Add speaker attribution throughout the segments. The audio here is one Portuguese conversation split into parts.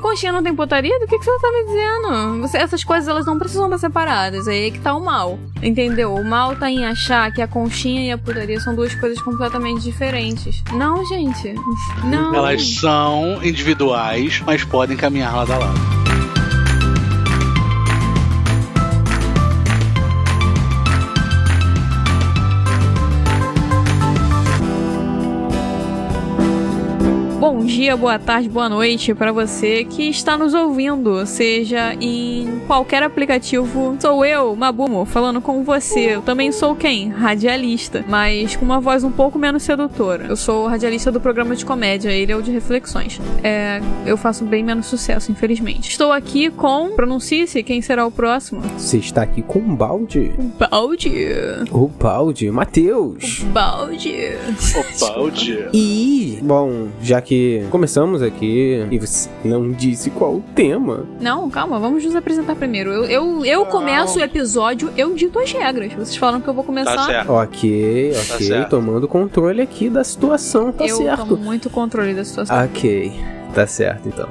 Speaker 1: coxinha não tem putaria? Do que, que você tá me dizendo? Você- essas coisas elas não precisam estar separadas. Aí é que tá o mal. Entendeu? O mal tá em achar que a conchinha e a putaria são duas coisas completamente diferentes. Não, gente. Não.
Speaker 2: Elas são individuais, mas podem caminhar lado a lado.
Speaker 1: Bom dia, boa tarde, boa noite pra você que está nos ouvindo, seja em qualquer aplicativo. Sou eu, Mabumo, falando com você. Eu também sou quem? Radialista, mas com uma voz um pouco menos sedutora. Eu sou radialista do programa de comédia, ele é o de reflexões. É, eu faço bem menos sucesso, infelizmente. Estou aqui com. Pronuncie-se quem será o próximo.
Speaker 3: Você está aqui com o balde.
Speaker 1: Balde.
Speaker 3: O balde, Matheus.
Speaker 1: Balde.
Speaker 2: é O balde.
Speaker 3: E, bom, já que começamos aqui e você não disse qual o tema,
Speaker 1: Não, calma, vamos nos apresentar primeiro. Eu, eu, eu
Speaker 2: Não.
Speaker 1: começo o episódio, eu dito as regras. Vocês falam que eu vou começar.
Speaker 2: Tá certo.
Speaker 3: ok,
Speaker 2: Tá
Speaker 3: ok,
Speaker 2: certo.
Speaker 3: tomando controle aqui da situação, tá
Speaker 1: eu
Speaker 3: certo.
Speaker 1: tomo muito controle da
Speaker 3: Ah.
Speaker 1: situação.
Speaker 3: Ok, tá certo então.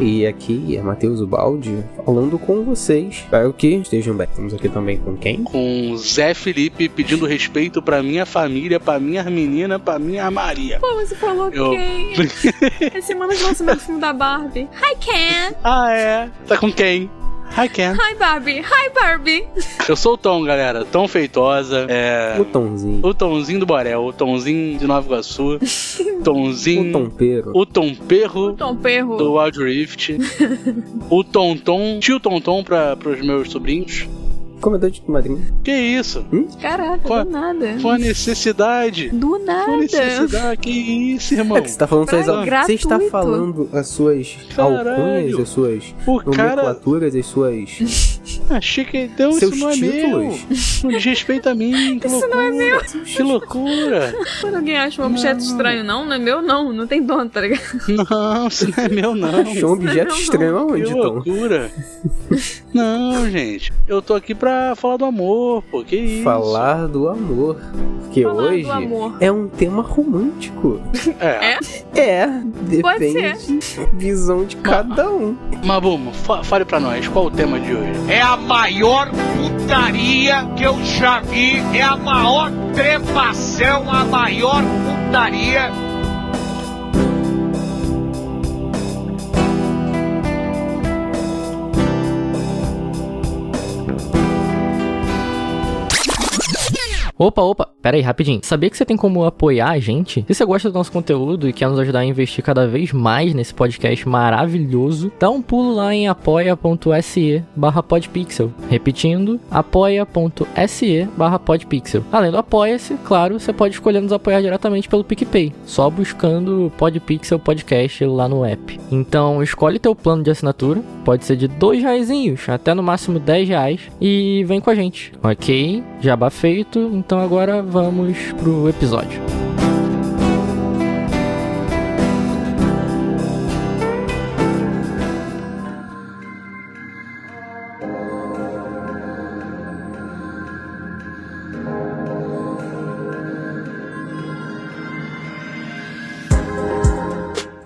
Speaker 3: e aqui é Matheus Balde falando com vocês. Espero que estejam bem. Estamos aqui também com quem?
Speaker 2: Com Zé Felipe pedindo respeito pra minha família, pra minha menina, pra minha Maria.
Speaker 1: Pô, você falou
Speaker 2: Eu-
Speaker 1: quem? é semana de lançamento do filme da Barbie. Hi, Ken!
Speaker 2: Ah, é? Tá com quem? Hi, Ken.
Speaker 1: Hi, Barbie! Hi, Barbie!
Speaker 2: Eu sou o Tom, galera. Tom Feitosa. É.
Speaker 3: O Tomzinho.
Speaker 2: O Tomzinho do Borel. O Tomzinho de Nova Iguaçu.
Speaker 3: O
Speaker 2: Tomzinho.
Speaker 3: Tompeiro.
Speaker 2: O Tom Perro.
Speaker 1: Tom um Perro.
Speaker 2: Do Wild Rift. o Tonton. Tio Tonton pra, pros meus sobrinhos.
Speaker 3: Comandante do Madrinho.
Speaker 2: Que isso?
Speaker 1: Caraca,
Speaker 2: Foi-
Speaker 1: do nada.
Speaker 2: Foi a necessidade.
Speaker 1: Do
Speaker 2: Foi a
Speaker 1: nada.
Speaker 2: necessidade. Que isso, irmão?
Speaker 3: É que você tá falando suas
Speaker 1: Pra-
Speaker 3: Você está
Speaker 1: gratuito.
Speaker 3: falando as suas
Speaker 2: Caralho.
Speaker 3: alcunhas, as suas
Speaker 2: O cara.
Speaker 3: nomenclaturas, as suas.
Speaker 2: Achei que. Então,
Speaker 3: seus
Speaker 2: isso não é
Speaker 3: títulos.
Speaker 2: meu. Não desrespeita a mim. Que loucura. Que loucura.
Speaker 1: Quando alguém acha um objeto estranho, não, não é meu, não. Não tem dono, tá ligado?
Speaker 2: Não, isso não é meu, não.
Speaker 3: Achou um objeto
Speaker 1: Não, não.
Speaker 3: estranho aonde,
Speaker 2: que
Speaker 3: Tom?
Speaker 2: loucura. não, gente. Eu tô aqui pra falar do amor, pô. Que isso.
Speaker 3: Falar do amor. Porque
Speaker 1: Falar do
Speaker 3: hoje
Speaker 1: amor.
Speaker 3: é um tema romântico.
Speaker 2: É.
Speaker 3: É,
Speaker 1: Pode
Speaker 3: depende visão de cada um.
Speaker 2: Mabumo, fa- fale pra nós, qual o tema de hoje?
Speaker 4: É a maior putaria que eu já vi. É a maior trepação, a é maior putaria.
Speaker 5: Opa, opa, pera aí, rapidinho. Sabia que você tem como apoiar a gente? Se você gosta do nosso conteúdo e quer nos ajudar a investir cada vez mais nesse podcast maravilhoso, dá um pulo lá em apoia.se barra podpixel. Repetindo, apoia.se barra podpixel. Além do apoia-se, claro, você pode escolher nos apoiar diretamente pelo PicPay, só buscando Podpixel Podcast lá no app. Então, escolhe teu plano de assinatura, pode ser de dois reaisinhos, até no máximo 10 reais, e vem com a gente, ok? Jabá feito, então agora vamos pro episódio.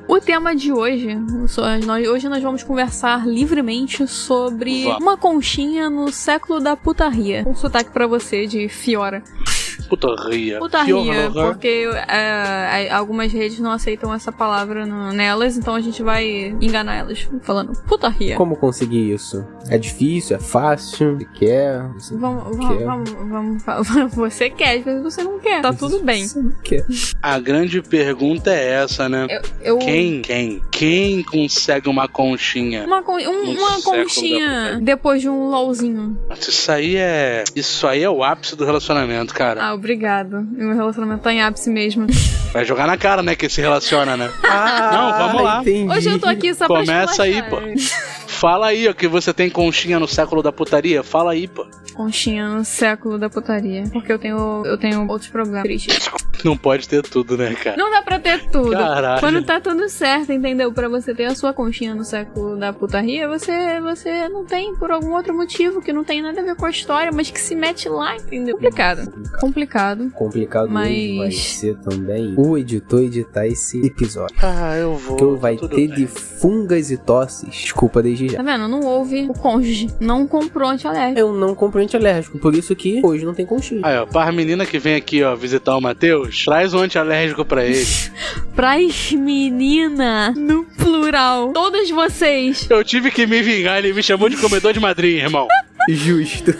Speaker 1: O tema de hoje, so- nós- hoje nós vamos conversar livremente sobre
Speaker 2: Vá.
Speaker 1: uma conchinha no século da putarria. Um sotaque pra você de Fiora.
Speaker 2: Putarria.
Speaker 1: Putarria,
Speaker 2: Fiorra.
Speaker 1: porque é, a- algumas redes não aceitam essa palavra no- nelas, então a gente vai enganar elas falando putarria.
Speaker 3: Como conseguir isso? É difícil? É fácil? Você quer? Você
Speaker 1: Vamos,
Speaker 3: quer?
Speaker 2: é?
Speaker 1: vamos, vamos, vamos, fa- Você quer, às vezes você não quer. Tá tudo bem.
Speaker 3: Você não quer.
Speaker 2: A grande pergunta é essa, né?
Speaker 1: Eu,
Speaker 2: Quem, quem, quem consegue uma conchinha?
Speaker 1: Uma, con- um-
Speaker 2: No
Speaker 1: uma
Speaker 2: século da
Speaker 1: conchinha
Speaker 2: putarria.
Speaker 1: depois de um LOLzinho.
Speaker 2: Isso aí é, isso aí é o ápice do relacionamento, cara.
Speaker 1: Ah, obrigado. Meu relacionamento tá em ápice mesmo.
Speaker 2: Vai jogar na cara, né, que se relaciona, né?
Speaker 3: Ah,
Speaker 2: Não, vamos lá.
Speaker 3: entendi.
Speaker 1: Hoje eu tô aqui só
Speaker 2: Começa
Speaker 1: pra
Speaker 2: aí,
Speaker 1: esculachar.
Speaker 2: Fala aí, ó, que você tem conchinha no século da putaria. Fala aí, pô.
Speaker 1: um Conchinha no século da putaria. Porque eu tenho. eu tenho outros problemas tristes.
Speaker 2: Não pode ter tudo, né, cara?
Speaker 1: Não dá pra ter tudo.
Speaker 2: Caralho.
Speaker 1: Quando tá tudo certo, entendeu? Pra você ter a sua conchinha no saco da putaria, você, você não tem por algum outro motivo que não tem nada a ver com a história, mas que se mete lá, entendeu? Complicado. Complicado.
Speaker 3: Complicado
Speaker 1: Mas-
Speaker 3: hoje vai ser também o editor editar esse episódio.
Speaker 2: Ah, eu vou.
Speaker 3: Que vai
Speaker 2: tudo
Speaker 3: ter
Speaker 2: bem.
Speaker 3: de fungas e tosses. Desculpa desde já.
Speaker 1: Tá vendo? Não houve o cônjuge. Não comprou antialérgico.
Speaker 3: Eu não compro antialérgico, por isso que hoje não tem conchinha.
Speaker 2: Aí, ó, para a menina que vem aqui, ó, visitar o Matheus, traz um antialérgico pra ele.
Speaker 1: Pras menina, no plural. Todas vocês.
Speaker 2: Eu tive que me vingar, ele me chamou de comedor de madrinha, irmão.
Speaker 3: Justo.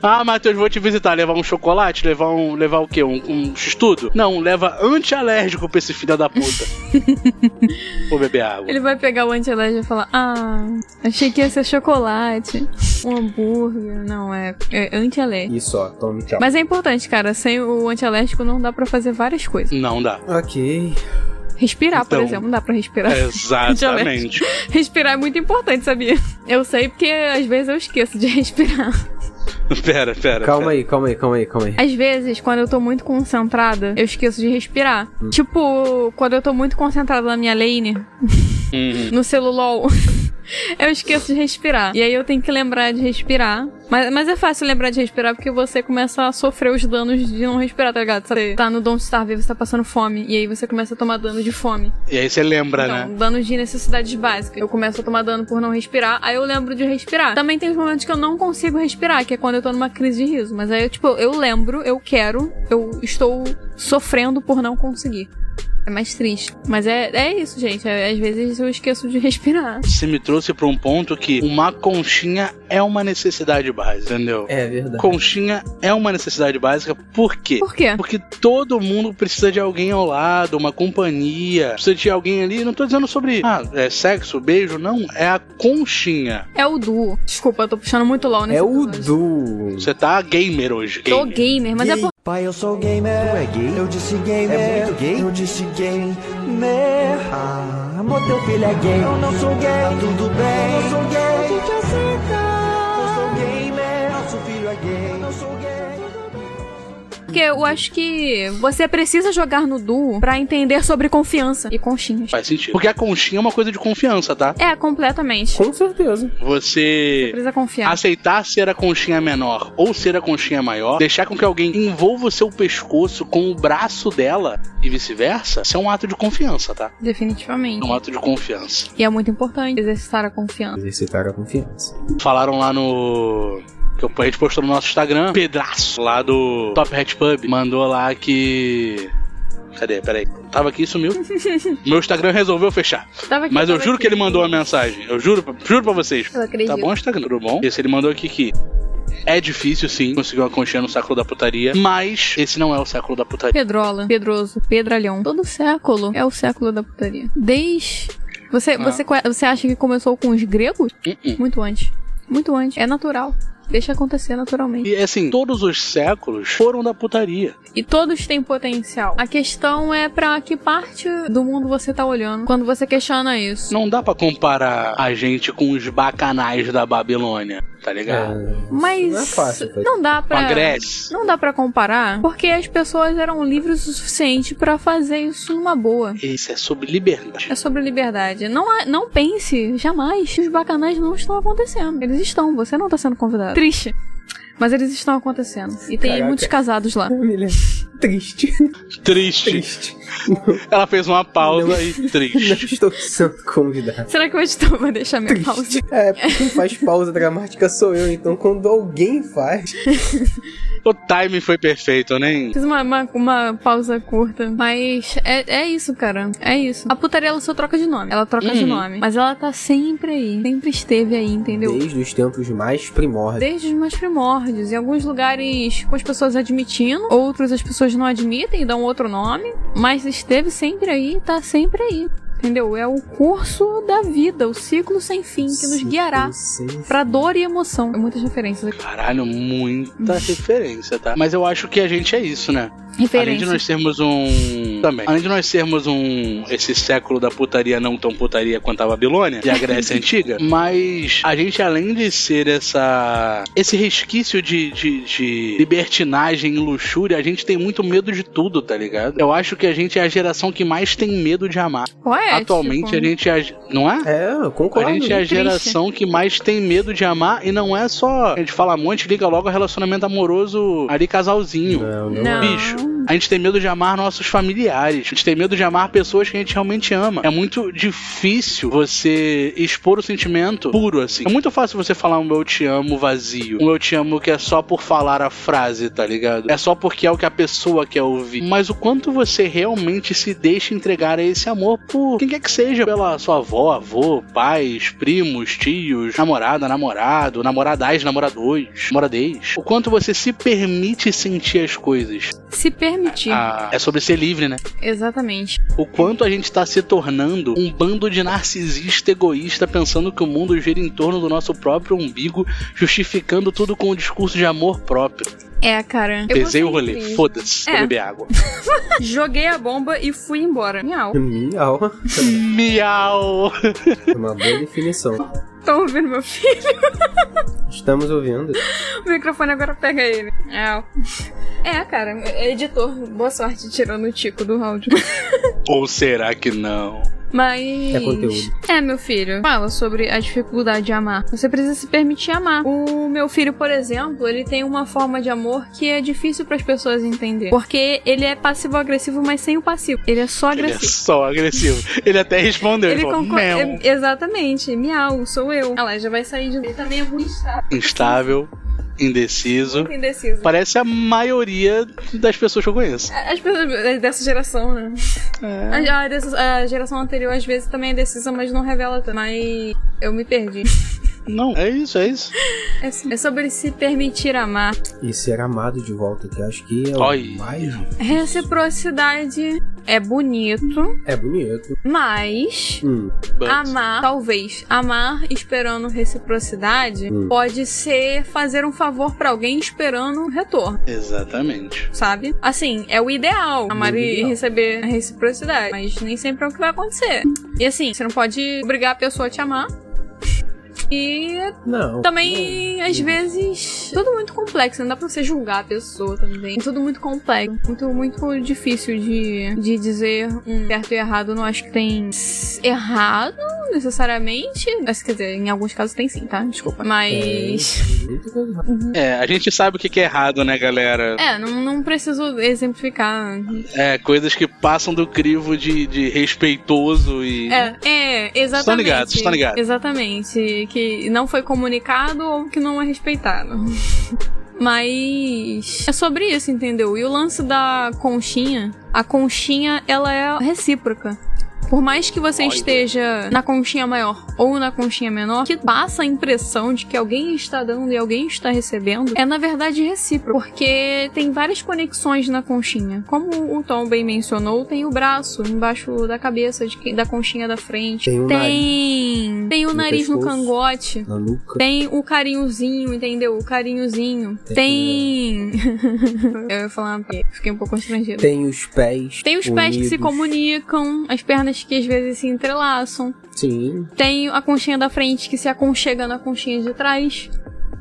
Speaker 2: Ah, Matheus, vou te visitar. Levar um chocolate? Levar um. Levar o quê? Um, um x-tudo? Não, leva antialérgico pra esse filho da puta. vou beber água.
Speaker 1: Ele vai pegar o antialérgico e falar: Ah, achei que ia ser chocolate, um hambúrguer. Não, é, é antialérgico.
Speaker 3: E só, tome tchau.
Speaker 1: Mas é importante, cara. Sem o antialérgico não dá pra fazer várias coisas.
Speaker 2: Não dá.
Speaker 3: Ok.
Speaker 1: Respirar, por
Speaker 2: Então-
Speaker 1: exemplo, não dá pra respirar.
Speaker 2: Exatamente.
Speaker 1: Respirar é muito importante, sabia? Eu sei porque às vezes eu esqueço de respirar.
Speaker 2: pera, pera.
Speaker 3: Calma aí, calma aí, calma aí, calma aí.
Speaker 1: Às vezes, quando eu tô muito concentrada, eu esqueço de respirar. Tipo, quando eu tô muito concentrada na minha lane,
Speaker 2: aí.
Speaker 1: no celulol. Eu esqueço de respirar. E aí eu tenho que lembrar de respirar. Mas, mas é fácil lembrar de respirar porque você começa a sofrer os danos de não respirar, tá ligado? Você tá no Don't Starve, você tá passando fome. E aí você começa a tomar dano de fome.
Speaker 2: E aí você lembra,
Speaker 1: Então,
Speaker 2: né?
Speaker 1: dano de necessidades básicas. Eu começo a tomar dano por não respirar, aí eu lembro de respirar. Também tem os momentos que eu não consigo respirar, que é quando eu tô numa crise de riso. Mas aí, eu, tipo, eu lembro, eu quero, eu estou sofrendo por não conseguir. É mais triste. Mas é, é isso, gente. É- às vezes eu esqueço de respirar.
Speaker 2: Você me trouxe pra um ponto que uma conchinha é uma necessidade básica, entendeu?
Speaker 3: É verdade.
Speaker 2: Conchinha é uma necessidade básica, por quê?
Speaker 1: Por quê?
Speaker 2: Porque todo mundo precisa de alguém ao lado, uma companhia, precisa de alguém ali. Não tô dizendo sobre ah, é sexo, beijo, não. É a conchinha.
Speaker 1: É o duo. Desculpa, eu tô puxando muito LOL nesse
Speaker 3: É o
Speaker 1: episódio.
Speaker 3: Du.
Speaker 2: Você tá gamer hoje,
Speaker 1: Tô
Speaker 2: gamer.
Speaker 1: gamer, mas é por...
Speaker 6: Pai, eu sou gamer. Tu é gay? Eu disse gamer. É muito gay? Eu disse gamer. Ah, amor, teu filho é gay. Eu não sou gay. Tá tudo bem. Eu não sou gay. A gente aceita. Eu sou gamer. Nosso filho é gay. Eu não sou gay.
Speaker 1: Porque eu acho que você precisa jogar no duo pra entender sobre confiança e conchinhas.
Speaker 2: Faz sentido. Porque a conchinha é uma coisa de confiança, tá?
Speaker 1: É, completamente.
Speaker 3: Com certeza.
Speaker 2: Você
Speaker 1: Precisa confiar.
Speaker 2: aceitar ser a conchinha menor ou ser a conchinha maior, deixar com que alguém envolva o seu pescoço com o braço dela e vice-versa, isso é um ato de confiança, tá? É
Speaker 1: Definitivamente.
Speaker 2: um ato de confiança.
Speaker 1: E é muito importante exercitar a confiança.
Speaker 3: Exercitar a confiança.
Speaker 2: Falaram lá no. Que eu- a gente postou no nosso Instagram. Pedaço lá do Top Hat Pub. Mandou lá que. Cadê? Peraí. Tava aqui e sumiu. Meu Instagram resolveu fechar.
Speaker 1: Tava aqui,
Speaker 2: Mas eu
Speaker 1: tava
Speaker 2: juro
Speaker 1: aqui.
Speaker 2: que ele mandou a mensagem. Eu juro, pra- juro pra vocês.
Speaker 1: Eu acredito.
Speaker 2: Tá bom, Instagram? Tudo bom? Esse ele mandou aqui que. É difícil, sim, conseguir uma conchinha no século da putaria, mas esse não é o século da putaria.
Speaker 1: Pedrola, Pedroso, Pedralhão. Todo século é o século da putaria. Desde. Você, você, conhe- você acha que começou com os gregos?
Speaker 2: Ah. Uh-uh.
Speaker 1: Muito antes. Muito antes. É natural. Deixa acontecer naturalmente.
Speaker 2: E assim, todos os séculos foram da putaria.
Speaker 1: E todos têm potencial. A questão é pra que parte do mundo você tá olhando quando você questiona isso.
Speaker 2: Não dá pra comparar a gente com os bacanais da Babilônia, tá ligado?
Speaker 1: Mas
Speaker 3: Não é fácil, tá?
Speaker 1: não dá
Speaker 2: Com a
Speaker 1: pra
Speaker 2: Grécia.
Speaker 1: não dá pra comparar, porque as pessoas eram livres o suficiente pra fazer isso numa boa.
Speaker 2: Isso é sobre liberdade.
Speaker 1: É sobre liberdade. Não, há- não pense jamais que os bacanais não estão acontecendo. Eles estão, você não tá sendo convidado. Triste. Mas eles estão acontecendo. E tem
Speaker 3: Caraca.
Speaker 1: muitos casados lá.
Speaker 3: Família. Triste.
Speaker 2: Triste.
Speaker 3: Triste.
Speaker 2: Ela fez uma pausa e
Speaker 3: Não
Speaker 2: triste.
Speaker 3: estou sendo convidado.
Speaker 1: Será que o editor vai deixar minha pausa?
Speaker 3: Triste. É, porque quem faz pausa dramática sou eu, então quando alguém faz.
Speaker 2: O timing foi perfeito, né? nem.
Speaker 1: Fiz uma, uma, uma pausa curta. Mas é, é isso, cara. É isso. A putaria, ela só troca de nome. Ela troca de
Speaker 2: Uhum.
Speaker 1: nome. Mas ela tá sempre aí. Sempre esteve aí, entendeu?
Speaker 3: Desde os tempos mais primórdios.
Speaker 1: Desde os meus primórdios. Em alguns lugares com as pessoas admitindo, outros as pessoas não admitem, dão outro nome. Mas esteve sempre aí, tá sempre aí. Entendeu? É o curso da vida, o ciclo sem fim que nos guiará
Speaker 3: Sim, sim.
Speaker 1: pra dor e emoção. Tem muitas referências aqui.
Speaker 2: Caralho, muita referência, tá? Mas eu acho que a gente é isso, né? Além de
Speaker 1: Referências.
Speaker 2: nós sermos um também. Além de nós sermos um esse século da putaria não tão putaria quanto a Babilônia e a Grécia antiga, mas a gente além de ser essa esse resquício de, de, de libertinagem e luxúria, a gente tem muito medo de tudo, tá ligado? Eu acho que a gente é a geração que mais tem medo de amar.
Speaker 1: Ué,
Speaker 2: Atualmente
Speaker 1: tipo,
Speaker 2: a gente é, a- não é?
Speaker 3: É, eu concordo.
Speaker 2: a gente é a
Speaker 1: triste.
Speaker 2: geração que mais tem medo de amar e não é só a gente fala um monte, liga logo a relacionamento amoroso ali casalzinho.
Speaker 3: Não, não,
Speaker 1: Não.
Speaker 3: é.
Speaker 2: Bicho, a gente tem medo de amar nossos familiares, a gente tem medo de amar pessoas que a gente realmente ama. É muito difícil você expor o sentimento puro assim. É muito fácil você falar um eu te amo vazio, um eu te amo que é só por falar a frase, tá ligado? É só porque é o que a pessoa quer ouvir. Mas o quanto você realmente se deixa entregar a esse amor por quem quer que seja, pela sua avó, avô, pais, primos, tios, namorada, namorado, namoradais, namoradois, namoradeis. O quanto você se permite sentir as coisas.
Speaker 1: se permitir.
Speaker 2: Ah, é sobre ser livre, né?
Speaker 1: Exatamente.
Speaker 2: O quanto a gente tá se tornando um bando de narcisista egoísta pensando que o mundo gira em torno do nosso próprio umbigo, justificando tudo com o discurso de amor próprio.
Speaker 1: É, cara. Eu
Speaker 2: Pesei o
Speaker 1: vou ser
Speaker 2: rolê,
Speaker 1: incrível.
Speaker 2: foda-se,
Speaker 1: É.
Speaker 2: vou beber água.
Speaker 1: Joguei a bomba e fui embora. Miau.
Speaker 3: Minha alma.
Speaker 2: Miau!
Speaker 3: É Uma boa definição.
Speaker 1: Estão ouvindo meu filho?
Speaker 3: Estamos ouvindo.
Speaker 1: O microfone agora pega ele. Miau. É, cara. é Editor, boa sorte tirando o tico do áudio.
Speaker 2: Ou será que não?
Speaker 1: Mas.
Speaker 3: É conteúdo.
Speaker 1: É, meu filho. Fala sobre a dificuldade de amar. Você precisa se permitir amar. O meu filho, por exemplo, ele tem uma forma de amor que é difícil pras pessoas entender. Porque ele é passivo-agressivo, mas sem o passivo. Ele é só
Speaker 2: Ele é
Speaker 1: agressivo.
Speaker 2: só agressivo. Ele até respondeu, ele,
Speaker 1: Ele
Speaker 2: falou,
Speaker 1: concorda.
Speaker 2: "Meu,
Speaker 1: é- Exatamente. Miau, sou eu. Ela já vai sair de. Ele também é muito chato,
Speaker 2: instável, indeciso.
Speaker 1: indeciso.
Speaker 2: Parece a maioria das pessoas que eu conheço.
Speaker 1: As pessoas é dessa geração, né? A, a dessa- a geração anterior às vezes também é decisa, mas não revela tanto. Mas eu me perdi.
Speaker 2: Não, é isso, é isso.
Speaker 1: É, é sobre se permitir amar.
Speaker 3: E ser amado de volta, que eu acho que é o
Speaker 2: Olha.
Speaker 3: mais.
Speaker 1: Reciprocidade é bonito,
Speaker 3: É bonito.
Speaker 1: mas
Speaker 3: Hum.
Speaker 2: But-
Speaker 1: amar, talvez, amar esperando reciprocidade
Speaker 3: Hum.
Speaker 1: pode ser fazer um favor pra alguém esperando um retorno,
Speaker 2: Exatamente.
Speaker 1: sabe? Assim, é o ideal amar
Speaker 3: Muito
Speaker 1: e
Speaker 3: ideal.
Speaker 1: receber a reciprocidade, mas nem sempre é o que vai acontecer. E assim, você não pode obrigar a pessoa a te amar. E
Speaker 3: Não.
Speaker 1: Tá Também, às vezes, tudo muito complexo. Não dá pra você julgar a pessoa também. É tudo muito complexo. Muito, muito difícil de, de dizer um certo e errado. Não acho que tem s- errado, necessariamente. Mas, Quer dizer, em alguns casos tem sim, tá? Desculpa. Mas...
Speaker 3: É Muita coisa errada.
Speaker 1: Uhum.
Speaker 2: É, a gente sabe o que que é errado, né, galera?
Speaker 1: É, não, não preciso exemplificar.
Speaker 2: É, coisas que passam do crivo de, de respeitoso e.
Speaker 1: É, é, exatamente.
Speaker 2: Estão ligados, estão ligados.
Speaker 1: Exatamente. Que não foi comunicado ou que não é respeitado. Mas é sobre isso, entendeu? E o lance da conchinha, a conchinha ela é recíproca. Por mais que você esteja na conchinha maior ou na conchinha menor, que passa a impressão de que alguém está dando e alguém está recebendo, é na verdade recíproco, porque tem várias conexões na conchinha. Como o Tom bem mencionou, tem o braço embaixo da cabeça, de que- da conchinha da frente.
Speaker 3: Tem o
Speaker 1: tem, tem o
Speaker 3: No
Speaker 1: nariz no
Speaker 3: pescoço.
Speaker 1: cangote.
Speaker 3: Na nuca.
Speaker 1: Tem o carinhozinho, entendeu? O carinhozinho. Tem. Eu ia falar uma p- fiquei um pouco constrangida.
Speaker 3: Tem os pés.
Speaker 1: Tem os pés que se
Speaker 3: unidos.
Speaker 1: comunicam, as pernas que às vezes se entrelaçam.
Speaker 3: Sim.
Speaker 1: Tem a conchinha da frente que se aconchega na conchinha de trás.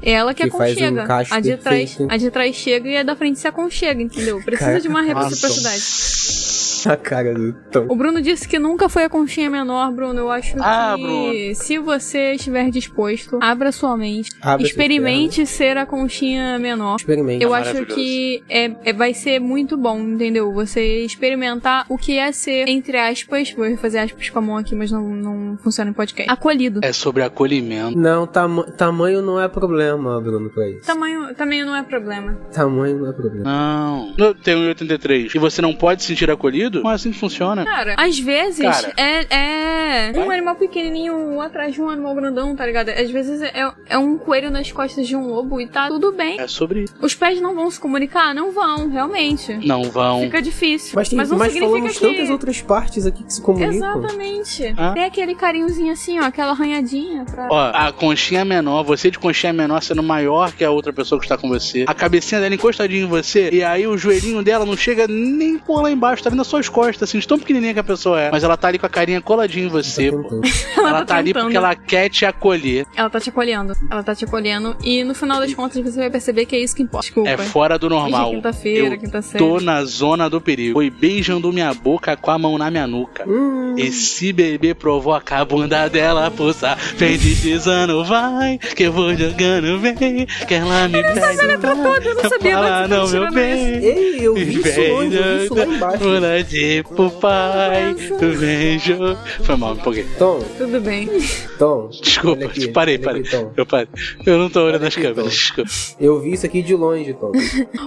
Speaker 1: É ela que,
Speaker 3: Que faz um
Speaker 1: aconchega.
Speaker 3: encaixe
Speaker 1: a de trás,
Speaker 3: perfeito.
Speaker 1: a de trás chega e a da frente se aconchega, entendeu? Precisa
Speaker 3: Caraca,
Speaker 1: de uma
Speaker 3: nossa.
Speaker 1: reciprocidade.
Speaker 3: A cara do Tom.
Speaker 1: O Bruno disse que nunca foi a conchinha menor, Bruno. Eu acho
Speaker 2: Ah,
Speaker 1: que
Speaker 2: Bruno.
Speaker 1: se você estiver disposto, abra sua mente.
Speaker 3: Abre suas
Speaker 1: Experimente ser a conchinha menor.
Speaker 3: pernas. Experimente.
Speaker 1: Eu
Speaker 2: É
Speaker 1: acho
Speaker 2: maravilhoso.
Speaker 1: que é, é- vai ser muito bom, entendeu? Você experimentar o que é ser, entre aspas, vou fazer aspas com a mão aqui, mas não, não funciona em podcast. Acolhido.
Speaker 2: É sobre acolhimento.
Speaker 3: Não, tama- tamanho não é problema, Bruno, pra isso.
Speaker 1: Tamanho, tamanho não é problema.
Speaker 3: Tamanho não é problema.
Speaker 2: Não. Eu tenho 83. E você não pode se sentir acolhido? Não é assim que funciona.
Speaker 1: Cara, às vezes
Speaker 2: Cara.
Speaker 1: é, é um
Speaker 2: Vai.
Speaker 1: animal pequenininho atrás de um animal grandão, tá ligado? Às vezes é, é um coelho nas costas de um lobo e tá tudo bem.
Speaker 2: É sobre isso.
Speaker 1: Os pés não vão se comunicar? Não vão, realmente.
Speaker 2: Não vão.
Speaker 1: Fica difícil.
Speaker 3: Mas, tem, mas,
Speaker 1: não significa
Speaker 3: falamos
Speaker 1: que...
Speaker 3: tantas outras partes aqui que se comunicam.
Speaker 1: Exatamente.
Speaker 2: Hã?
Speaker 1: Tem aquele carinhozinho assim, ó, aquela arranhadinha pra.
Speaker 2: Ó, a conchinha menor, você de conchinha menor sendo maior que a outra pessoa que está com você. A cabecinha dela encostadinha em você. E aí o joelhinho dela não chega nem por lá embaixo, tá vendo? É só as costas, assim, de tão pequenininha que a pessoa é. Mas ela tá ali com a carinha coladinha em você, pô.
Speaker 3: Tentando.
Speaker 2: Ela,
Speaker 1: Ela tá
Speaker 2: tá ali
Speaker 1: tentando.
Speaker 2: porque ela quer te acolher.
Speaker 1: Ela tá te acolhendo. Ela tá te acolhendo. E no final das contas você vai perceber que é isso que importa. Desculpa.
Speaker 2: É fora do
Speaker 1: Desde
Speaker 2: normal.
Speaker 1: quinta-feira,
Speaker 2: Eu
Speaker 1: quinta série.
Speaker 2: Tô na zona do perigo. Foi beijando minha boca com a mão na minha nuca.
Speaker 1: Hum.
Speaker 2: Esse bebê provoca a bunda dela pulsar. Vem de desano, vai, que eu vou jogando, vem, que ela me pede.
Speaker 1: toda, eu não é sabia,
Speaker 2: Fala,
Speaker 1: mas né?" eu
Speaker 2: não,
Speaker 1: tô
Speaker 2: meu
Speaker 1: tirando
Speaker 2: bem.
Speaker 3: Ei, eu vi isso longe, eu vi isso lá embaixo.
Speaker 2: Pula de pro pai, tu beijo. Foi mal, me empolguei.
Speaker 3: Tom,
Speaker 1: Tudo bem.
Speaker 3: Tom.
Speaker 2: Desculpa,
Speaker 3: olha aqui,
Speaker 2: parei,
Speaker 3: olha
Speaker 2: parei.
Speaker 3: aqui, Tom.
Speaker 2: Eu parei. Eu não tô olhando as
Speaker 3: aqui, então.
Speaker 2: câmeras,
Speaker 3: Tom.
Speaker 2: desculpa.
Speaker 3: Eu vi isso aqui de longe, Tom.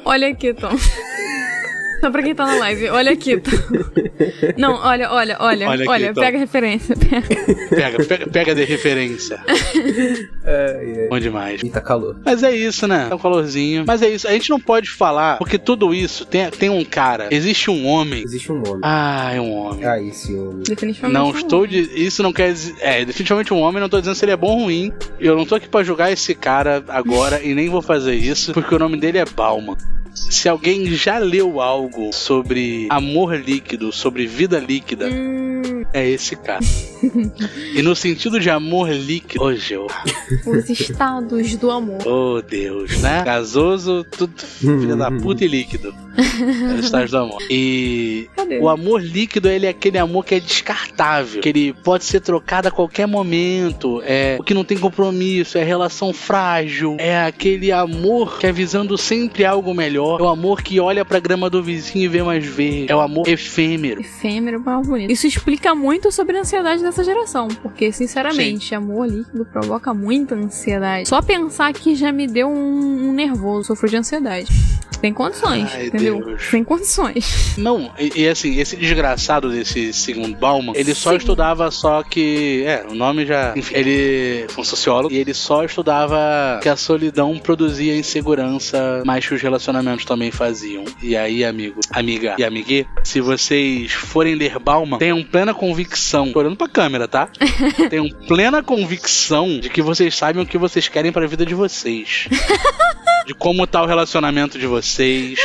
Speaker 1: Olha aqui, Tom. Só pra quem tá na live. Olha aqui, Tom. Não, olha, olha, olha.
Speaker 2: Olha
Speaker 1: Olha,
Speaker 2: aqui, Tom.
Speaker 1: pega a referência. pega.
Speaker 2: Pega, pega, pega de referência.
Speaker 3: Ai, ai.
Speaker 2: Bom demais.
Speaker 3: É, Eita, calor.
Speaker 2: Mas é isso, né? Tá um calorzinho. Mas é isso. A gente não pode falar, porque tudo isso tem, tem um cara. Existe um homem.
Speaker 3: Existe um nome.
Speaker 2: Ah, é um homem.
Speaker 3: Ah, esse homem.
Speaker 1: Definitivamente. é.
Speaker 2: Não estou de, isso não quer dizer, é, definitivamente um homem, não tô dizendo se ele é bom ou ruim. Eu não tô aqui pra julgar esse cara agora e nem vou fazer isso, porque o nome dele é Bauman. Se alguém já leu algo sobre amor líquido, sobre vida líquida, é esse cara. e no sentido de amor líquido, hoje eu,
Speaker 1: Os estados do amor.
Speaker 2: oh Deus, né? Gasoso, tudo filha
Speaker 3: Uhum. Hum,
Speaker 2: da puta e líquido. É o estágio do amor. E
Speaker 1: Cadê?
Speaker 2: o amor líquido, ele é aquele amor que é descartável, que ele pode ser trocado a qualquer momento, é o que não tem compromisso, é relação frágil, é aquele amor que é visando sempre algo melhor, é o amor que olha pra grama do vizinho e vê mais verde, é o amor efêmero.
Speaker 1: Efêmero, palavra bonito. Isso explica muito sobre a ansiedade dessa geração, porque, sinceramente, amor líquido provoca muita ansiedade. Só pensar que já me deu um, um nervoso, sofro de ansiedade. Tem condições,
Speaker 2: Ai,
Speaker 1: entendeu?
Speaker 2: Deus.
Speaker 1: Tem condições.
Speaker 2: Não, e, e assim, esse desgraçado desse segundo Bauman, ele só
Speaker 1: Sim.
Speaker 2: estudava só que. É, o nome já. Enfim, ele foi um sociólogo e ele só estudava que a solidão produzia insegurança, mas que os relacionamentos também faziam. E aí, amigo, amiga e amigue, se vocês forem ler Bauman, tenham plena convicção. Tô olhando pra câmera, tá? tenham plena convicção de que vocês sabem o que vocês querem pra vida de vocês de como tá o relacionamento de vocês,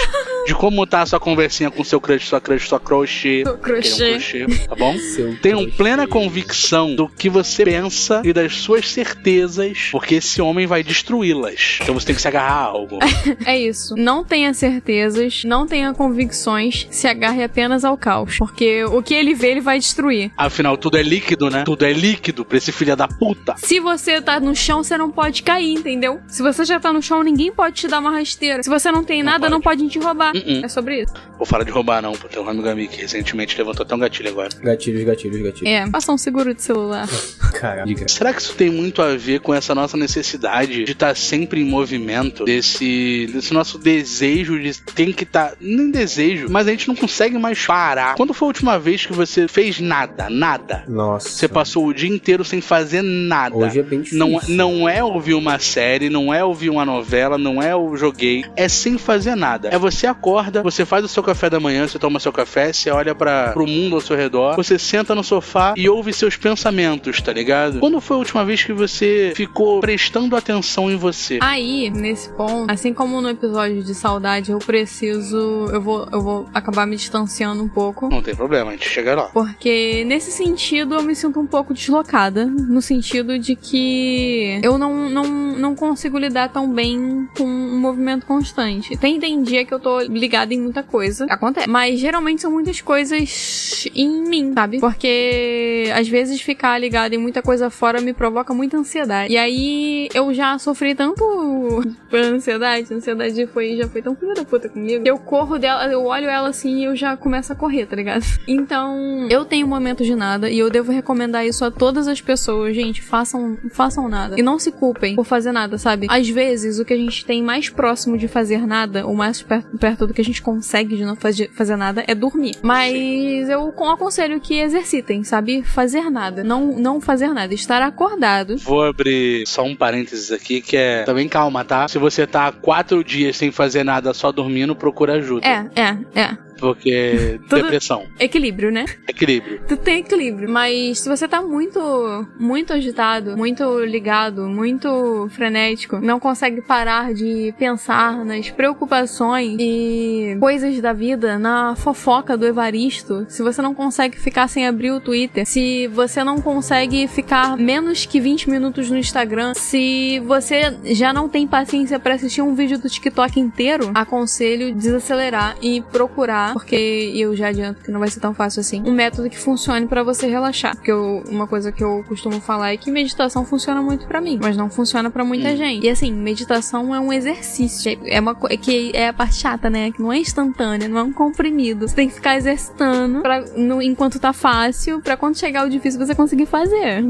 Speaker 2: de como tá a sua conversinha com seu crush, sua crush, sua crochê.
Speaker 1: Seu crochê.
Speaker 2: Tem um crochê, tá bom?
Speaker 3: Seu
Speaker 2: Tenham
Speaker 3: trouxa.
Speaker 2: plena convicção do que você pensa e das suas certezas, porque esse homem vai destruí-las. Então você tem que se agarrar a algo.
Speaker 1: É isso. Não tenha certezas, não tenha convicções, se agarre apenas ao caos. Porque o que ele vê, ele vai destruir.
Speaker 2: Afinal, tudo é líquido, né? Tudo é líquido pra esse filho da puta.
Speaker 1: Se você tá no chão, você não pode cair, entendeu? Se você já tá no chão, ninguém pode te dar uma rasteira. Se você não tem nada, não podem te roubar.
Speaker 2: Uh-uh.
Speaker 1: É sobre isso.
Speaker 2: Vou falar de roubar, não, porque tem um amigo meu que recentemente levantou até um gatilho agora.
Speaker 3: Gatilhos, gatilhos, gatilhos.
Speaker 1: É, faça um seguro de celular.
Speaker 2: É.
Speaker 3: Caralho. Diga.
Speaker 2: Será que isso tem muito a ver com essa nossa necessidade de estar sempre em movimento? Desse, desse nosso desejo de tem que estar. nem desejo, mas a gente não consegue mais parar. Quando foi a última vez que você fez nada? Nada.
Speaker 3: Nossa.
Speaker 2: Você passou o dia inteiro sem fazer nada.
Speaker 3: Hoje é bem difícil.
Speaker 2: Não, não é ouvir uma série, não é ouvir uma novela, não é o joguei, é sem fazer nada. É você acorda, você faz o seu café da manhã, você toma seu café, você olha para pro mundo ao seu redor, você senta no sofá e ouve seus pensamentos, tá ligado? Quando foi a última vez que você ficou prestando atenção em você?
Speaker 1: Aí, nesse ponto, assim como no episódio de saudade, eu preciso. Eu vou, eu vou acabar me distanciando um pouco.
Speaker 2: Não tem problema, a gente chega lá.
Speaker 1: Porque nesse sentido eu me sinto um pouco deslocada. No sentido de que eu não, não, não consigo lidar tão bem com um movimento constante. Tem, tem dia que eu tô ligada em muita coisa. Acontece. Mas geralmente são muitas coisas em mim, sabe? Porque às vezes ficar ligada em muita coisa fora me provoca muita ansiedade. E aí eu já sofri tanto por ansiedade. A ansiedade foi, já foi tão filha da puta comigo. Eu corro dela, eu olho ela assim e eu já começo a correr, tá ligado? Então, eu tenho momento de nada e eu devo recomendar isso a todas as pessoas. Gente, façam, façam nada. E não se culpem por fazer nada, sabe? Às vezes, o que a gente tem mais próximo de fazer nada, ou mais per- perto do que a gente consegue de não fazer, fazer nada, é dormir. Mas eu con- aconselho que exercitem, sabe? Fazer nada. Não, não fazer nada. Estar acordado.
Speaker 2: Vou abrir só um parênteses aqui que é também tá calma, tá? Se você tá há quatro dias sem fazer nada, só dormindo, procura ajuda.
Speaker 1: É, é, é.
Speaker 2: Porque.
Speaker 1: Tudo-
Speaker 2: Depressão.
Speaker 1: Equilíbrio, né?
Speaker 2: Equilíbrio.
Speaker 1: Tu tem equilíbrio, mas se você tá muito, muito agitado, muito ligado, muito frenético, não consegue parar de pensar nas preocupações e coisas da vida, na fofoca do Evaristo, se você não consegue ficar sem abrir o Twitter, se você não consegue ficar menos que 20 minutos no Instagram, se você já não tem paciência pra assistir um vídeo do TikTok inteiro, aconselho desacelerar e procurar, porque eu já adianto que não vai ser tão fácil assim, um método que funcione pra você relaxar. Porque eu- uma coisa que eu costumo falar é que meditação funciona muito pra mim, mas não funciona pra muita gente. E assim, meditação é um exercício, é uma co- é que é a parte chata, né? Que não é instantânea, não é um comprimido. Você tem que ficar exercitando pra, no, enquanto tá fácil, pra quando chegar o difícil você conseguir fazer.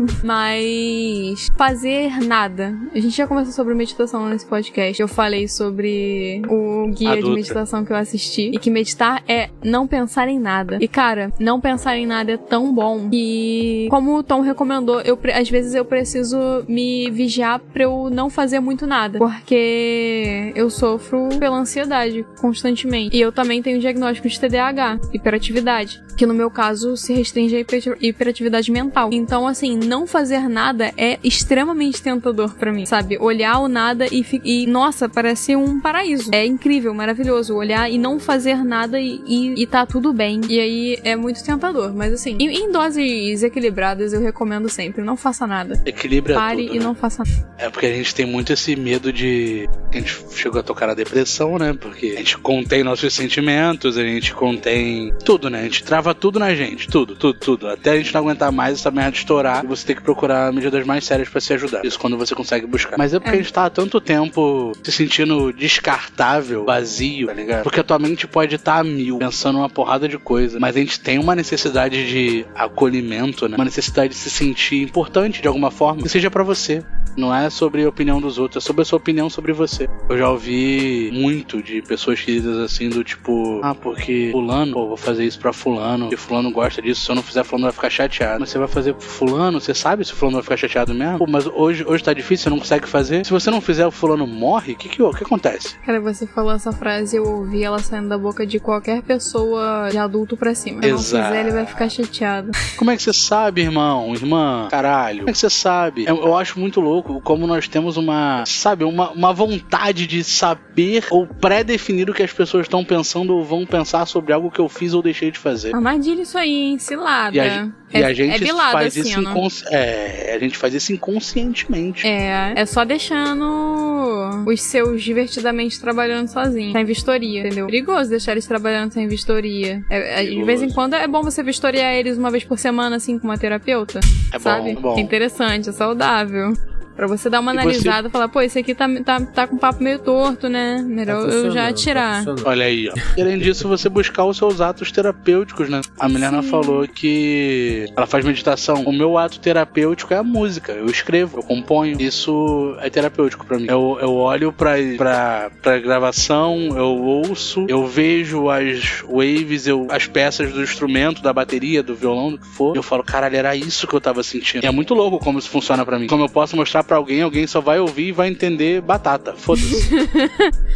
Speaker 1: Mas fazer nada. A gente já conversou sobre meditação nesse podcast. Eu falei sobre o guia de
Speaker 2: Adulta.
Speaker 1: meditação que eu assisti. E que meditar é não pensar em nada. E cara, não pensar em nada é tão bom que, como o Tom recomendou, eu, pre- às vezes eu preciso me vigiar pra eu não fazer muito nada. Porque eu sofro pela ansiedade constantemente. E eu também tenho diagnóstico de TDAH, hiperatividade. Que no meu caso se restringe à hiper- hiperatividade mental. Então, assim, não fazer nada é extremamente tentador pra mim, sabe? Olhar o nada e, fi- e, nossa, parece um paraíso. É incrível, maravilhoso olhar e não fazer nada e, e, e tá tudo bem. E aí é muito tentador. Mas assim, em, em doses equilibradas eu recomendo sempre, não faça nada.
Speaker 2: Equilíbrio
Speaker 1: Pare
Speaker 2: é tudo,
Speaker 1: e
Speaker 2: né?
Speaker 1: não faça nada.
Speaker 2: É porque a gente tem muito esse medo de. A gente chegou a tocar na depressão, né? Porque a gente contém nossos sentimentos, a gente contém tudo, né? A gente trava tudo na gente, tudo, tudo, tudo. Até a gente não aguentar mais essa merda estourar e você tem que procurar medidas mais sérias pra se ajudar. Isso quando você consegue buscar. Mas é porque
Speaker 1: É.
Speaker 2: a gente tá há tanto tempo se sentindo descartável, vazio, tá ligado? Porque a tua mente pode estar a mil, pensando uma porrada de coisa. Mas a gente tem uma necessidade de acolhimento, né? Uma necessidade de se sentir importante de alguma forma, que seja pra você. Não é sobre a opinião dos outros, é sobre a sua opinião sobre você. Eu já ouvi muito de pessoas queridas assim, do tipo, ah, porque fulano, pô, vou fazer isso pra fulano, e fulano gosta disso, se eu não fizer, fulano vai ficar chateado. Mas você vai fazer pro fulano, você sabe se o fulano vai ficar chateado mesmo? Pô, mas hoje, hoje tá difícil, você não consegue fazer. Se você não fizer, o fulano morre, o que, que, o que acontece?
Speaker 1: Cara, você falou essa frase eu ouvi ela saindo da boca de qualquer pessoa de adulto pra cima. Se não
Speaker 2: Exato.
Speaker 1: fizer, ele vai ficar chateado.
Speaker 2: Como é que você sabe, irmão, irmã? Caralho. Como é que você sabe? Eu, eu acho muito louco como nós temos uma, sabe, uma, uma vontade de saber ou pré-definir o que as pessoas estão pensando ou vão pensar sobre algo que eu fiz ou deixei de fazer.
Speaker 1: Armadilha isso aí, hein? Cilada.
Speaker 2: E a, gen-
Speaker 1: É,
Speaker 2: e a gente
Speaker 1: bilada,
Speaker 2: faz
Speaker 1: assim,
Speaker 2: isso
Speaker 1: ó, não?
Speaker 2: incons- é, a gente faz isso inconscientemente.
Speaker 1: É, é só deixando os seus divertidamente trabalhando sozinhos, sem vistoria, entendeu? Perigoso deixar eles trabalhando sem vistoria. É, é, de vez em
Speaker 2: Perigoso.
Speaker 1: quando é bom você vistoriar eles uma vez por semana, assim, com uma terapeuta,
Speaker 2: É bom,
Speaker 1: sabe?
Speaker 2: é bom.
Speaker 1: É interessante, é saudável. Pra você dar uma
Speaker 2: E você-
Speaker 1: analisada e falar, pô, esse aqui tá, tá, tá com papo meio torto, né?
Speaker 3: Tá
Speaker 1: Melhor eu já tirar.
Speaker 2: Olha aí, ó. E Além disso, você buscar os seus atos terapêuticos, né? A Milena
Speaker 1: Sim.
Speaker 2: falou que ela faz meditação. O meu ato terapêutico é a música. Eu escrevo, eu componho. Isso é terapêutico pra mim. Eu, eu olho pra, pra, pra gravação, eu ouço, eu vejo as waves, eu, as peças do instrumento, da bateria, do violão, do que for. Eu falo, caralho, era isso que eu tava sentindo. E é muito louco como isso funciona pra mim. Como eu posso mostrar pra alguém, alguém só vai ouvir e vai entender batata. Foda-se.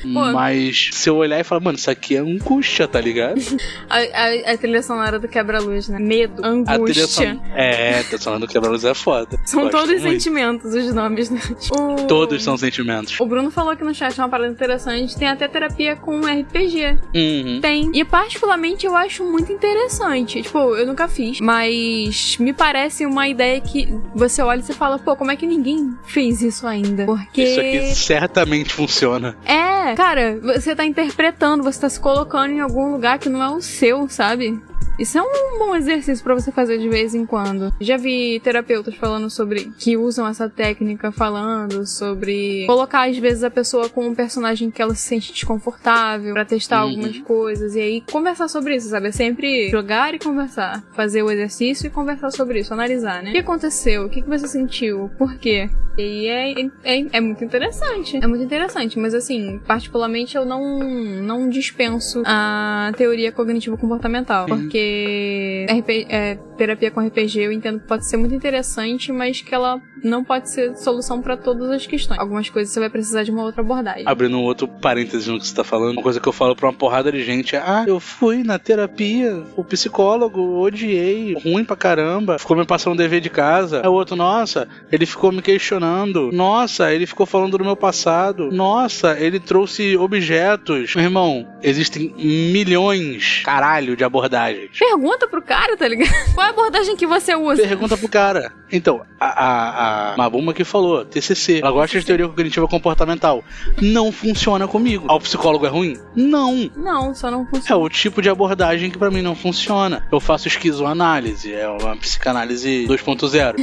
Speaker 2: Mas se eu olhar e falar, mano, isso aqui é angústia, tá ligado?
Speaker 1: A, a, a trilha sonora do quebra-luz, né? Medo, angústia.
Speaker 2: sonora. É, a trilha sonora do quebra-luz é foda.
Speaker 1: São
Speaker 2: Gosto
Speaker 1: todos
Speaker 2: muito.
Speaker 1: sentimentos os nomes, né? O-
Speaker 2: Todos são sentimentos.
Speaker 1: O Bruno falou aqui no chat uma parada interessante, tem até terapia com RPG.
Speaker 2: Uhum.
Speaker 1: Tem. E particularmente eu acho muito interessante. Tipo, eu nunca fiz, mas me parece uma ideia que você olha e você fala, pô, como é que ninguém fez isso ainda? Porque
Speaker 2: Isso aqui certamente funciona.
Speaker 1: é, cara, você tá interpretando, você tá se colocando em algum lugar que não é o seu, sabe? Isso é um bom exercício pra você fazer de vez em quando. Já vi terapeutas falando sobre que usam essa técnica, falando sobre colocar às vezes a pessoa com um personagem que ela se sente desconfortável pra testar
Speaker 2: Uhum.
Speaker 1: algumas coisas e aí conversar sobre isso, sabe? É sempre jogar e conversar, fazer o exercício e conversar sobre isso, analisar, né? O que aconteceu? O que que você sentiu? Por quê? E é, é, é muito interessante. É muito interessante, mas assim, particularmente eu não, não dispenso a teoria cognitivo-comportamental. Porque porque RP é, terapia com RPG eu entendo que pode ser muito interessante, mas que ela não pode ser solução pra todas as questões. Algumas coisas você vai precisar de uma outra abordagem.
Speaker 2: Abrindo um outro parênteses no que você tá falando, uma coisa que eu falo pra uma porrada de gente é: ah, eu fui na terapia, o psicólogo, odiei, ruim pra caramba, ficou me passando dever de casa. Aí o outro, nossa, ele ficou me questionando, nossa, ele ficou falando do meu passado, nossa, ele trouxe objetos. Meu irmão, existem milhões, caralho, de abordagens.
Speaker 1: Pergunta pro cara, tá ligado? Qual é a abordagem que você usa?
Speaker 2: Pergunta pro cara. Então, a, a, a Mabuma que falou, TCC, ela gosta de teoria cognitiva comportamental. Não funciona comigo. Ah, o psicólogo é ruim? Não.
Speaker 1: Não, só não
Speaker 2: É
Speaker 1: funciona.
Speaker 2: o tipo de abordagem que pra mim não funciona. Eu faço esquizoanálise, é uma psicanálise 2.0.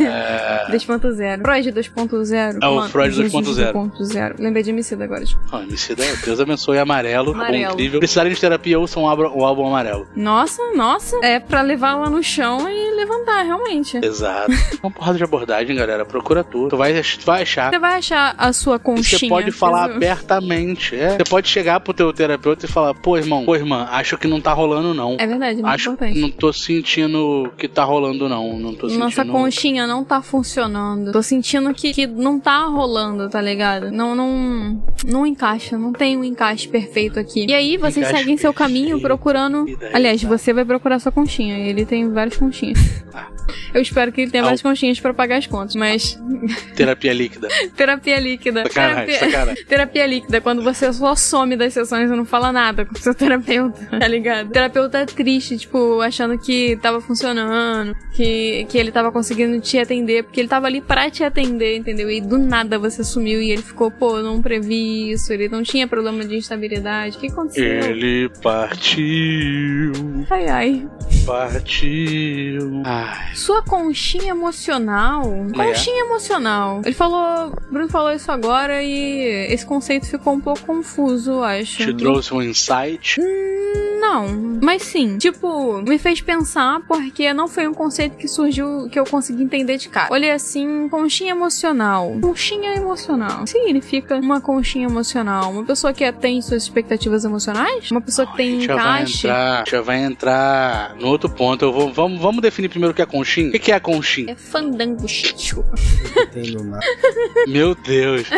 Speaker 2: é...
Speaker 1: 2.0. Freud 2.0.
Speaker 2: É o
Speaker 1: Mano,
Speaker 2: Freud
Speaker 1: Jesus
Speaker 2: 2.0.
Speaker 1: 2.0. Lembrei de Emicida agora. tipo.
Speaker 2: Ah, MC, né? Deus abençoe,
Speaker 1: Amarelo.
Speaker 2: amarelo, amarelo. incrível. Precisarem de terapia, ouçam o álbum, o álbum amarelo.
Speaker 1: Nossa, nossa. É pra levar lá no chão e levantar, realmente.
Speaker 2: Exato. uma porrada de abordagem, galera. Procura tudo. Tu vai, ach- tu vai achar.
Speaker 1: Você vai achar a sua
Speaker 2: E
Speaker 1: conchinha.
Speaker 2: Você pode falar
Speaker 1: Mas eu-
Speaker 2: abertamente. É. Você pode chegar pro teu terapeuta e falar, pô, irmão, pô, irmã, acho que não tá rolando, não.
Speaker 1: É verdade, é muito
Speaker 2: acho
Speaker 1: importante.
Speaker 2: que não tô sentindo que tá rolando, não. Não tô
Speaker 1: Nossa
Speaker 2: sentindo.
Speaker 1: conchinha não tá funcionando. Tô sentindo que, que não tá rolando, tá ligado? Não, não, não encaixa, não tem um encaixe perfeito aqui. E aí vocês
Speaker 2: Encaixe
Speaker 1: seguem seu caminho
Speaker 2: perfeito.
Speaker 1: procurando.
Speaker 2: E daí,
Speaker 1: Aliás,
Speaker 2: tá?
Speaker 1: você vai procurar sua conchinha. Ele tem várias conchinhas.
Speaker 2: Ah.
Speaker 1: Eu espero que ele tenha
Speaker 2: Ah,
Speaker 1: várias conchinhas pra pagar as contas, mas
Speaker 2: Terapia líquida.
Speaker 1: terapia líquida.
Speaker 2: Sacanagem,
Speaker 1: terapia...
Speaker 2: sacanagem.
Speaker 1: Terapia líquida, quando você só some das sessões e não fala nada com o seu terapeuta, tá ligado? O terapeuta triste, tipo, achando que tava funcionando, que, que ele tava conseguindo te atender, porque ele tava ali pra te atender, entendeu? E do nada você sumiu e ele ficou, pô, eu não previ isso, ele não tinha problema de instabilidade, o que aconteceu?
Speaker 2: Ele partiu,
Speaker 1: Ai, ai.
Speaker 2: partiu. Ah, Ai,
Speaker 1: Sua conchinha emocional.
Speaker 2: é?
Speaker 1: Conchinha emocional. Ele falou. Bruno falou isso agora e esse conceito ficou um pouco confuso, eu acho.
Speaker 2: te trouxe um insight?
Speaker 1: Não, mas sim. Tipo, me fez pensar porque não foi um conceito que surgiu que eu consegui entender de cara. Olha assim, conchinha emocional. Conchinha emocional. O que Significa uma conchinha emocional. Uma pessoa que atende suas expectativas emocionais? Uma pessoa que tem
Speaker 2: já vai
Speaker 1: encaixe?
Speaker 2: entrar, já vai entrar no outro ponto. Eu vou, vamos, vamos definir primeiro o que é conchinha. O que que é conchinha?
Speaker 1: É fandango.
Speaker 3: Tem no mapa.
Speaker 2: Meu Deus.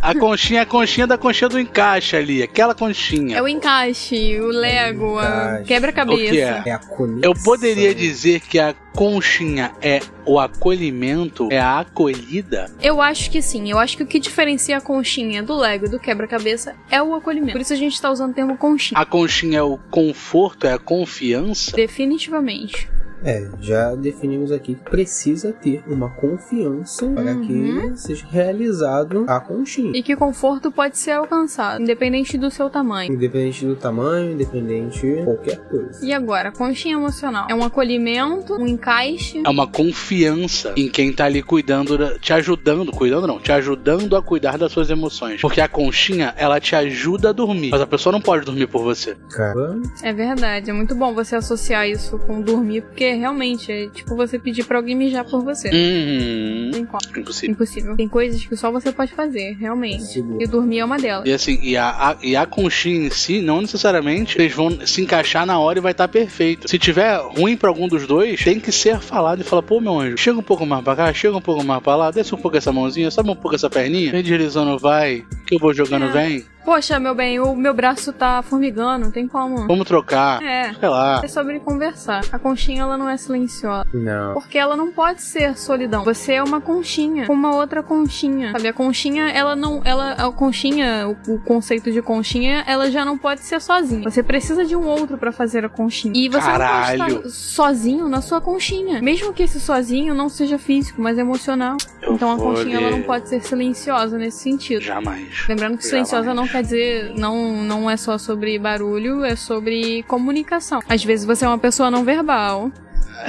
Speaker 2: A conchinha é a conchinha da conchinha do encaixe ali, aquela conchinha.
Speaker 1: É o encaixe, o Lego, a
Speaker 3: encaixe.
Speaker 1: quebra-cabeça.
Speaker 2: O que é?
Speaker 3: É a conexão.
Speaker 2: Eu poderia dizer que a conchinha é o acolhimento, é a acolhida.
Speaker 1: Eu acho que sim. Eu acho que o que diferencia a conchinha do Lego e do quebra-cabeça é o acolhimento. Por isso a gente tá usando o termo conchinha.
Speaker 2: A conchinha é o conforto, é a confiança.
Speaker 1: Definitivamente.
Speaker 3: É, já definimos aqui que precisa ter uma confiança para
Speaker 1: Uhum.
Speaker 3: que seja realizado a conchinha.
Speaker 1: E que conforto pode ser alcançado, independente do seu tamanho.
Speaker 3: Independente do tamanho, independente de qualquer coisa.
Speaker 1: E agora, conchinha emocional. É um acolhimento, um encaixe.
Speaker 2: É uma confiança em quem tá ali cuidando, da- te ajudando, cuidando não, te ajudando a cuidar das suas emoções. Porque a conchinha, ela te ajuda a dormir, mas a pessoa não pode dormir por você.
Speaker 3: Cara,
Speaker 1: É verdade, é muito bom você associar isso com dormir, porque realmente é tipo você pedir pra alguém mijar por você.
Speaker 2: Hum,
Speaker 1: Tem como.
Speaker 2: impossível.
Speaker 1: Impossível. Tem coisas que só você pode fazer, realmente.
Speaker 3: segura.
Speaker 1: E dormir é uma delas.
Speaker 2: E assim, e a, a- e a conchinha em si, não necessariamente eles vão se encaixar na hora e vai estar perfeito. Se tiver ruim pra algum dos dois, tem que ser falado e falar, pô, meu anjo, chega um pouco mais pra cá, chega um pouco mais pra lá, desce um pouco essa mãozinha, sobe um pouco essa perninha, vem deslizando, vai, que eu vou jogando,
Speaker 1: É.
Speaker 2: vem,
Speaker 1: Poxa, meu bem, o meu braço tá formigando, tem como.
Speaker 2: vamos trocar,
Speaker 1: É.
Speaker 2: sei lá.
Speaker 1: É sobre conversar. A conchinha ela não é silenciosa.
Speaker 3: Não.
Speaker 1: Porque ela não pode ser solidão. Você é uma conchinha, com uma outra conchinha. Sabe, a conchinha, ela não. Ela, a conchinha, o, o conceito de conchinha, ela já não pode ser sozinha. Você precisa de um outro pra fazer a conchinha. E você não pode
Speaker 2: Caralho.
Speaker 1: estar sozinho na sua conchinha. Mesmo que esse sozinho não seja físico, mas emocional.
Speaker 2: Eu
Speaker 1: então a
Speaker 2: vou
Speaker 1: conchinha, ela
Speaker 2: ler.
Speaker 1: não pode ser silenciosa nesse sentido.
Speaker 2: Jamais.
Speaker 1: Lembrando que silenciosa
Speaker 2: Jamais.
Speaker 1: não quer dizer, não, não é só sobre barulho, é sobre comunicação. Às vezes você é uma pessoa não verbal.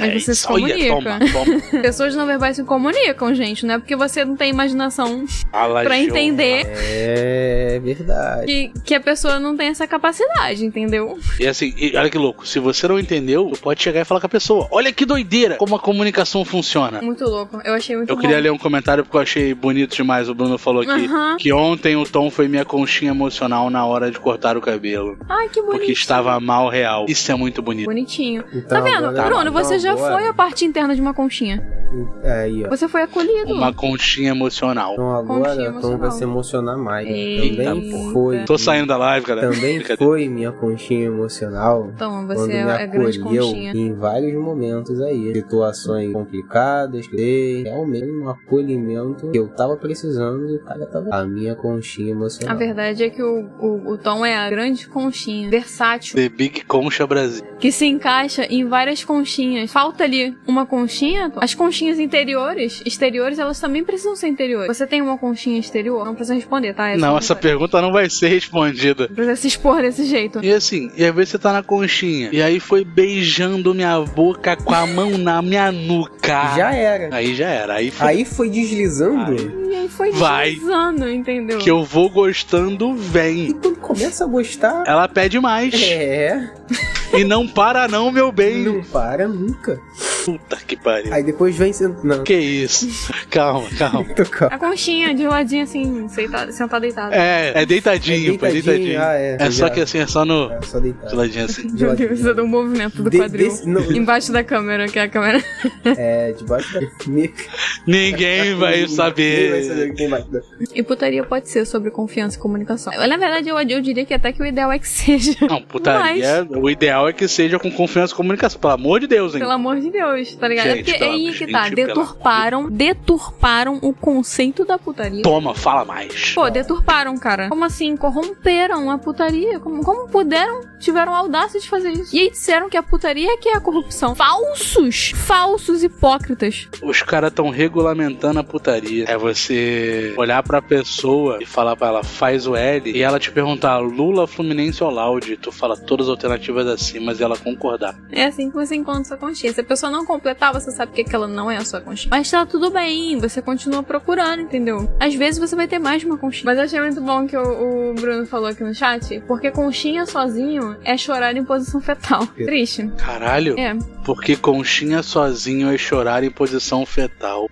Speaker 1: Mas você se
Speaker 2: olha,
Speaker 1: comunica.
Speaker 2: toma, toma.
Speaker 1: Pessoas não verbais se comunicam, gente. Não é porque você não tem imaginação
Speaker 2: Fala,
Speaker 1: pra
Speaker 2: João.
Speaker 1: entender
Speaker 2: né?
Speaker 3: É verdade.
Speaker 1: que, que a pessoa não tem essa capacidade, entendeu?
Speaker 2: E assim, e olha que louco. Se você não entendeu, você pode chegar e falar com a pessoa. Olha que doideira como a comunicação funciona.
Speaker 1: Muito louco. Eu achei muito
Speaker 2: Eu
Speaker 1: bom.
Speaker 2: queria ler um comentário porque eu achei bonito demais. O Bruno falou aqui
Speaker 1: Aham.
Speaker 2: que ontem o Tom foi minha conchinha emocional na hora de cortar o cabelo.
Speaker 1: Ai, que bonito.
Speaker 2: Porque estava mal real. Isso é muito bonito.
Speaker 1: Bonitinho. tá
Speaker 3: Então,
Speaker 1: vendo?
Speaker 3: agora-
Speaker 1: Bruno, você
Speaker 3: então
Speaker 1: já
Speaker 3: agora-
Speaker 1: foi a parte interna de uma conchinha.
Speaker 3: É, Aí, ó.
Speaker 1: Você foi acolhido.
Speaker 2: Uma conchinha emocional.
Speaker 3: Então agora
Speaker 1: Conchinha
Speaker 3: Tom vai se emocionar mais. Também
Speaker 1: Eita
Speaker 3: foi.
Speaker 2: Tô saindo da live, cara.
Speaker 3: Também
Speaker 2: Brincadeira.
Speaker 3: foi minha conchinha emocional.
Speaker 1: Então,
Speaker 3: quando
Speaker 1: você
Speaker 3: me
Speaker 1: é a grande
Speaker 3: acolheu
Speaker 1: conchinha.
Speaker 3: em vários momentos aí. Situações complicadas, dei realmente um acolhimento que eu tava precisando e o cara tava. A minha conchinha
Speaker 1: A
Speaker 3: emocional.
Speaker 1: verdade é que o, o, o Tom é a grande conchinha, versátil,
Speaker 2: The Big Concha Brasil.
Speaker 1: que se encaixa em várias conchinhas. Falta ali uma conchinha, Tom. as conchinhas interiores, exteriores, elas também precisam ser interiores. Você tem uma conchinha exterior? Não precisa responder, tá? É só
Speaker 2: Não,
Speaker 1: um
Speaker 2: essa
Speaker 1: comentário.
Speaker 2: pergunta não vai ser respondida.
Speaker 1: Não precisa se expor desse jeito.
Speaker 2: E assim, e às vezes você tá na conchinha. E aí foi beijando minha boca com a mão na minha nuca.
Speaker 3: Já era.
Speaker 2: Aí já era. Aí foi.
Speaker 3: Aí foi deslizando.
Speaker 1: E aí foi
Speaker 2: Vai.
Speaker 1: deslizando, entendeu?
Speaker 2: Que eu vou gostando,
Speaker 3: E
Speaker 2: vem.
Speaker 3: quando começa a gostar.
Speaker 2: Ela pede mais.
Speaker 3: É,
Speaker 2: E não para, não, meu bem.
Speaker 3: não para nunca.
Speaker 2: Puta que pariu.
Speaker 3: Aí depois vem sendo. Não,
Speaker 2: Que isso? Calma, calma.
Speaker 3: tô calmo.
Speaker 1: A conchinha, de ladinho assim, sentada, sentada deitada.
Speaker 2: É, é deitadinho, pô, é deitadinho.
Speaker 3: Ah, é.
Speaker 2: É só
Speaker 3: Já.
Speaker 2: que assim, é só no.
Speaker 3: É, só deitar.
Speaker 2: De ladinho assim.
Speaker 1: Meu Deus, isso é do movimento do
Speaker 3: De-
Speaker 1: quadril.
Speaker 3: desse- não,
Speaker 1: Embaixo da câmera, que é a câmera.
Speaker 3: é, debaixo da.
Speaker 2: Ninguém vai
Speaker 3: Ninguém vai saber
Speaker 2: saber.
Speaker 3: o que tem embaixo da-
Speaker 1: E putaria pode ser sobre confiança e comunicação. Na verdade, eu, eu diria que até que o ideal é que seja.
Speaker 2: Não, putaria. O ideal é que seja com confiança e comunicação. Pelo amor de Deus, hein?
Speaker 1: Pelo amor de Deus, tá ligado?
Speaker 2: Gente,
Speaker 1: é porque é
Speaker 2: pelo-
Speaker 1: aí que tá.
Speaker 2: gente, pelo-
Speaker 1: Deturparam, deturparam o conceito da putaria.
Speaker 2: Toma, fala mais.
Speaker 1: Pô, deturparam, cara. Como assim? Corromperam a putaria. Como, como puderam, tiveram a audácia de fazer isso. E aí disseram que a putaria é que é a corrupção. Falsos! Falsos hipócritas.
Speaker 2: Os caras estão regulamentando a putaria. É você olhar pra pessoa e falar pra ela, faz o L, e ela te perguntar Lula, Fluminense ou Laude. Tu fala todas as alternativas assim, mas ela concordar.
Speaker 1: É assim que você encontra sua conchinha. Se a pessoa não completar, você sabe que aquela não é a sua conchinha. Mas tá tudo bem, você continua procurando, entendeu? Às vezes você vai ter mais de uma conchinha. Mas eu achei muito bom que o, o Bruno falou aqui no chat, porque conchinha sozinho é chorar em posição fetal. Triste.
Speaker 2: Caralho,
Speaker 1: É.
Speaker 2: porque conchinha sozinho é chorar em posição fetal.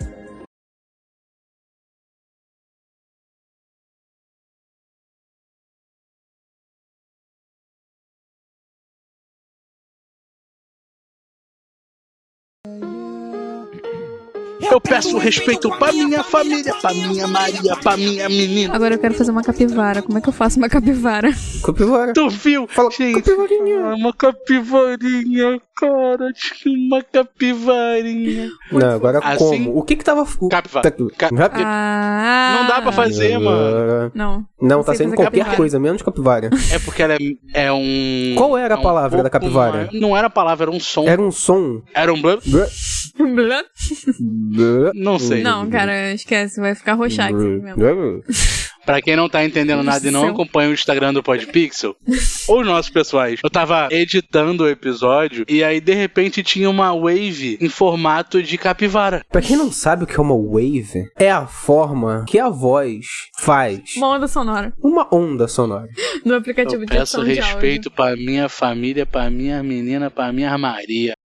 Speaker 2: Eu peço respeito pra minha família, pra minha Maria, pra minha menina.
Speaker 1: Agora eu quero fazer uma capivara. Como é que eu faço uma capivara?
Speaker 3: Capivara.
Speaker 2: Tu viu?
Speaker 3: Fala,
Speaker 2: Gente,
Speaker 3: capivarinha.
Speaker 2: ah, uma capivarinha, cara. acho que Uma capivarinha.
Speaker 3: Não, agora
Speaker 2: Assim-
Speaker 3: como? O que que tava. o-
Speaker 2: Capivara.
Speaker 3: tá-
Speaker 2: Cap-
Speaker 3: Rap-
Speaker 1: Ah.
Speaker 2: Não dá pra fazer, mano.
Speaker 3: Ah,
Speaker 1: Não.
Speaker 3: Não,
Speaker 1: Não
Speaker 3: tá
Speaker 1: sei
Speaker 3: saindo
Speaker 1: fazer
Speaker 3: qualquer
Speaker 1: capivara.
Speaker 3: coisa, menos capivara.
Speaker 2: É porque ela é, é um.
Speaker 3: Qual era a
Speaker 2: é um
Speaker 3: palavra da
Speaker 2: pouco
Speaker 3: capivara?
Speaker 2: mais- Não era a palavra, era um som.
Speaker 3: Era um som.
Speaker 2: Era um blub?
Speaker 1: Blã.
Speaker 2: Não sei.
Speaker 1: Não, cara, esquece. Vai ficar roxar aqui mesmo.
Speaker 2: Pra quem não tá entendendo nada e não
Speaker 1: Céu.
Speaker 2: acompanha o Instagram do Podpixel, ou os nossos pessoais, eu tava editando o episódio e aí de repente tinha uma wave em formato de capivara.
Speaker 3: Pra quem não sabe o que é uma wave, é a forma que a voz faz
Speaker 1: Uma onda sonora
Speaker 3: uma onda sonora.
Speaker 1: do aplicativo
Speaker 2: Eu
Speaker 1: de
Speaker 2: peço
Speaker 1: Tipo edição de áudio.
Speaker 2: respeito pra minha família, pra minha menina, pra minha Maria.